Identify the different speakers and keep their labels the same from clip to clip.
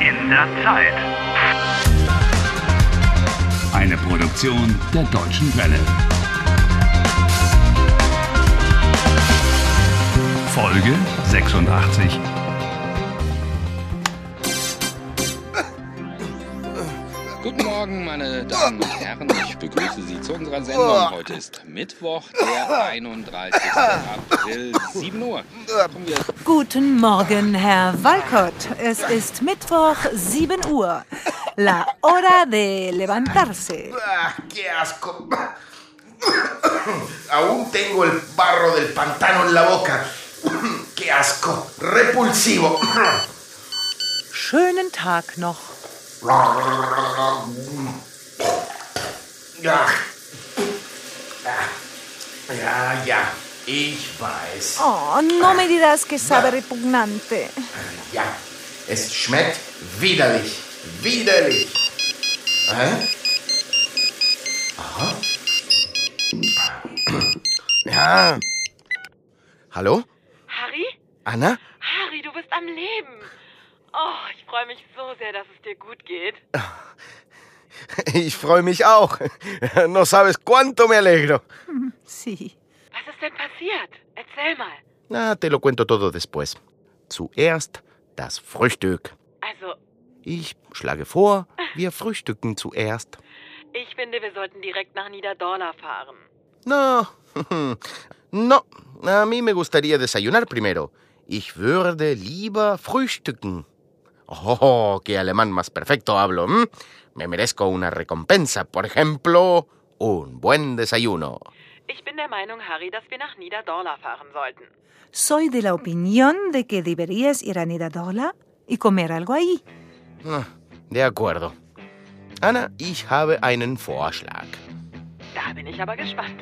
Speaker 1: dieser Zeit.
Speaker 2: Eine Produktion der Deutschen Welle. Folge 86.
Speaker 3: Guten Morgen, meine Damen und Herren. Ich begrüße Sie zu unserer Sendung. Heute ist Mittwoch, der 31. April, 7 Uhr. Kommen wir
Speaker 4: Guten Morgen, Herr Walcott. Es ist Mittwoch, 7 Uhr. La hora de levantarse.
Speaker 5: ¡Ah, ¡Qué asco! Aún tengo el barro del pantano en la boca. ¡Qué asco! Repulsivo.
Speaker 4: Schönen Tag noch.
Speaker 5: Ja, ja, ja. ich weiß.
Speaker 4: Oh, no me dirás que sabe repugnante.
Speaker 5: Ja, es schmeckt widerlich. Widerlich. Hä? Aha. Ja. Hallo?
Speaker 6: Harry?
Speaker 5: Anna?
Speaker 6: Harry, du bist am Leben. Oh, ich freue mich so sehr, dass es dir gut geht.
Speaker 5: Ich freue mich auch. No sabes cuánto me alegro.
Speaker 4: Sí.
Speaker 6: Was ist denn passiert? Erzähl mal.
Speaker 5: Na, te lo cuento todo después. Zuerst das Frühstück.
Speaker 6: Also,
Speaker 5: Ich schlage vor, wir frühstücken zuerst.
Speaker 6: ich finde, wir sollten direkt nach Niederdorla fahren.
Speaker 5: No, no, a mí me gustaría desayunar primero. Ich würde lieber frühstücken. Oh, qué alemán más perfecto hablo. ¿m? Me merezco una recompensa, por ejemplo, un buen desayuno.
Speaker 6: Ich bin der Meinung, Harry, dass wir nach Niederdorla fahren sollten.
Speaker 4: Soy de la opinión de que deberías ir a Nidadola y comer algo ahí.
Speaker 5: Ah, De acuerdo. Anna, ich habe einen Vorschlag.
Speaker 6: Da bin ich aber gespannt.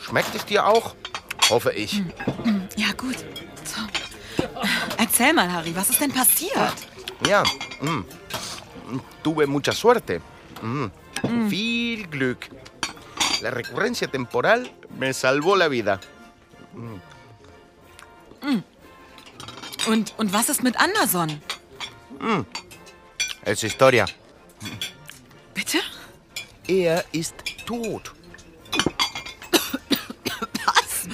Speaker 5: Schmeckt es dir auch? Hoffe ich.
Speaker 7: Ja, gut. So. Erzähl mal, Harry, was ist denn passiert?
Speaker 5: Ja, mm. tuve mucha suerte. Mm. Viel Glück. La recurrencia temporal me salvó la vida.
Speaker 7: Und, und was ist mit Anderson?
Speaker 5: Es historia.
Speaker 7: Bitte?
Speaker 5: Er ist tot.
Speaker 7: Was?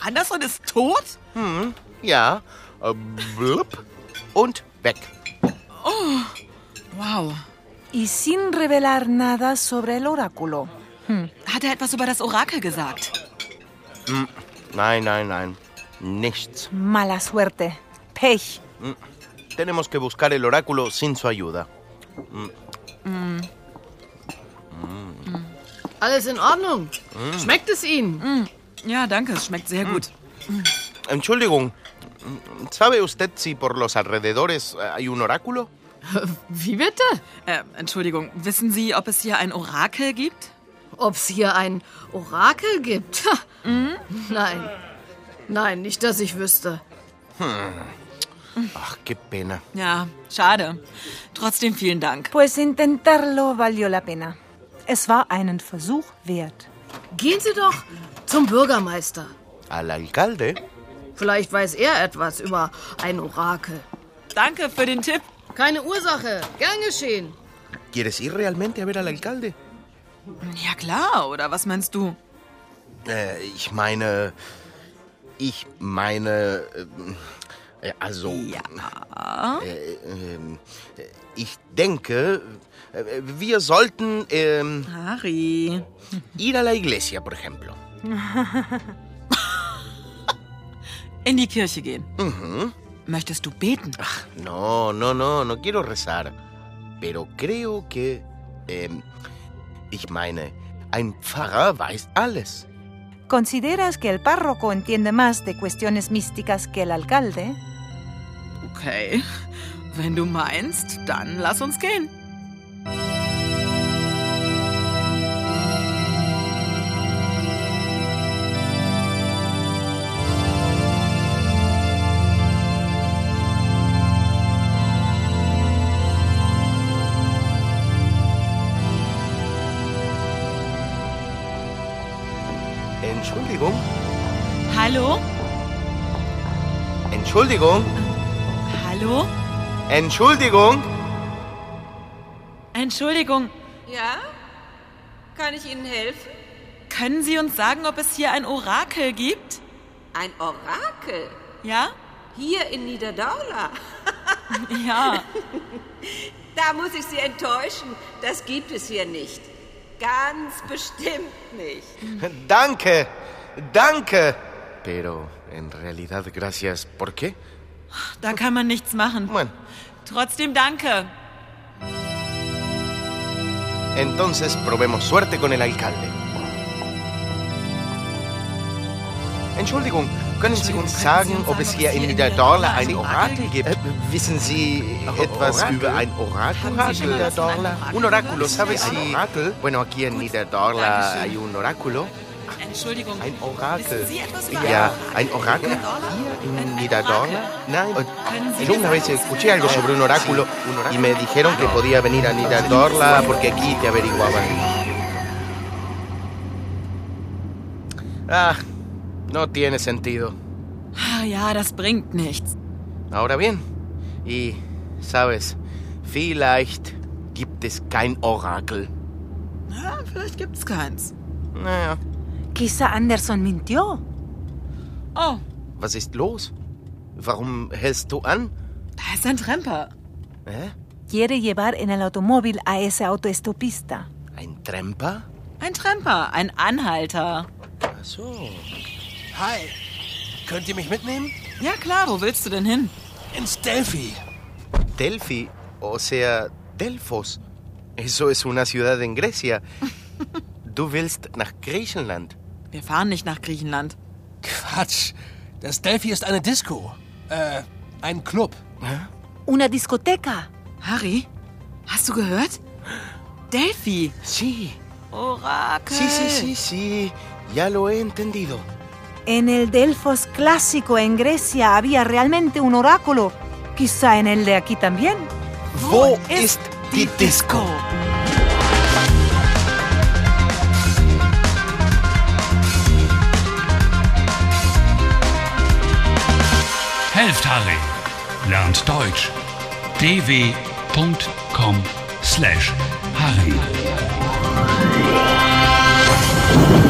Speaker 7: Anderson ist tot?
Speaker 5: Ja. äh, Blub. Und weg.
Speaker 7: Wow.
Speaker 4: Y sin revelar nada sobre el oráculo.
Speaker 7: Hat er etwas über das Orakel gesagt?
Speaker 5: Nein, nein, nein. Nichts.
Speaker 4: Mala suerte. Pech.
Speaker 5: Tenemos que buscar el oráculo sin su ayuda.
Speaker 8: Alles in Ordnung. Schmeckt es Ihnen?
Speaker 7: Ja, danke, es schmeckt sehr gut.
Speaker 5: Entschuldigung. ¿Sabe usted si por los alrededores äh, hay un oráculo?
Speaker 8: Wie bitte?
Speaker 7: Äh, Entschuldigung, wissen Sie, ob es hier ein Orakel gibt?
Speaker 8: Ob es hier ein Orakel gibt? Ha. Nein. Nein, nicht, dass ich wüsste.
Speaker 5: Ach, Ah, qué pena.
Speaker 7: Ja, schade. Trotzdem vielen Dank.
Speaker 4: Pues intentarlo valió la pena. Es war einen Versuch wert.
Speaker 8: Gehen Sie doch zum Bürgermeister.
Speaker 5: Al alcalde.
Speaker 8: Vielleicht weiß er etwas über ein Orakel.
Speaker 7: Danke für den Tipp.
Speaker 8: Keine Ursache. Gern geschehen.
Speaker 5: ¿Quieres ir realmente a ver al alcalde?
Speaker 7: Ja, klar, oder was meinst du?
Speaker 5: Äh, ich meine. Ich meine. ähm, Äh, also. Äh, ähm, äh, ich denke, äh, wir sollten ähm,
Speaker 7: Harry.
Speaker 5: ir a la iglesia, por ejemplo.
Speaker 7: In die Kirche gehen. Möchtest du beten?
Speaker 5: No, no, no, no quiero rezar. Pero creo que. ähm, ich meine, ein Pfarrer weiß alles.
Speaker 4: ¿Consideras que el párroco entiende más de cuestiones místicas que el alcalde?
Speaker 7: Okay. Wenn du meinst, dann lass uns gehen.
Speaker 5: Entschuldigung.
Speaker 7: Hallo?
Speaker 5: Entschuldigung.
Speaker 7: Hallo?
Speaker 5: Entschuldigung.
Speaker 7: Entschuldigung,
Speaker 6: Ja? Kann ich Ihnen helfen?
Speaker 7: können Sie uns sagen, ob es hier ein Orakel gibt?
Speaker 6: Ein Orakel?
Speaker 7: Ja?
Speaker 6: Hier in Niederdaula?
Speaker 7: Ja.
Speaker 6: Da muss ich Sie enttäuschen. Das gibt es hier nicht. Ganz bestimmt nicht.
Speaker 5: Danke. Danke. Pero en realidad gracias. ¿Por qué?
Speaker 7: Da kann man nichts machen.
Speaker 5: Bueno,
Speaker 7: Trotzdem danke.
Speaker 5: entonces probemos suerte con el alcalde. Entschuldigung, können Sie
Speaker 7: Entschuldigung,
Speaker 5: uns
Speaker 7: können Sie
Speaker 5: sagen,
Speaker 7: uns
Speaker 5: ob
Speaker 7: sagen,
Speaker 5: es
Speaker 7: ob
Speaker 5: hier
Speaker 7: es
Speaker 5: in
Speaker 7: hier in
Speaker 5: Niederdorla
Speaker 7: Niederdorla
Speaker 5: ein
Speaker 7: ein
Speaker 5: Orakel
Speaker 7: Orakel
Speaker 5: gibt? Äh, wissen Sie etwas über ein Orakel?
Speaker 7: Haben Sie schon mal was von einem Orakel
Speaker 5: Un oráculo,
Speaker 7: gehört?
Speaker 5: ¿sabe si? Bueno, aquí en Niederdorla hay un oráculo.
Speaker 7: Entschuldigung.
Speaker 5: Ein Orakel.
Speaker 7: Wissen Sie etwas über
Speaker 5: Ja,
Speaker 7: ein
Speaker 5: ein Orakel.
Speaker 7: Ein
Speaker 5: ¿En Niederdorla? Nein.
Speaker 7: Können Sie
Speaker 5: Yo una
Speaker 7: das
Speaker 5: vez escuché algo sobre un oráculo y me dijeron que podía venir a Niederdorla porque aquí te averiguaban. Ah, no tiene sentido.
Speaker 7: Ah, ja, das bringt nichts.
Speaker 5: Ahora bien, y sabes, vielleicht gibt es kein Orakel.
Speaker 7: Ja, vielleicht gibt's keins.
Speaker 5: Naja,
Speaker 4: Quizá Anderson mintió.
Speaker 7: Oh,
Speaker 5: was ist los? Warum hältst du an? Eh,
Speaker 7: da ist ein Tremper.
Speaker 5: Hä?
Speaker 4: Quiere llevar en el automóvil a ese autoestopista.
Speaker 5: Ein Tremper?
Speaker 7: Ein Tremper, ein Anhalter.
Speaker 5: Ach so.
Speaker 1: Hi. Könnt ihr mich mitnehmen?
Speaker 7: Ja klar, wo willst du denn hin?
Speaker 1: Ins Delphi.
Speaker 5: Delphi, o sea, Delfos. Eso es una ciudad en Grecia. Du willst nach Griechenland.
Speaker 7: Wir fahren nicht nach Griechenland.
Speaker 1: Quatsch. Das Delphi ist eine Disco. Äh, ein Club.
Speaker 4: Una discoteca.
Speaker 7: Harry, hast du gehört? Delphi.
Speaker 5: Sí,
Speaker 7: Orakel.
Speaker 5: sí, sí, sí, sí. Ya lo he entendido.
Speaker 4: En el Delfos clásico en Grecia había realmente un oráculo. Quizá en el de aquí también.
Speaker 5: Wo ist die Disco?
Speaker 2: Helft Harry. Lernt Deutsch. dw.com/harry.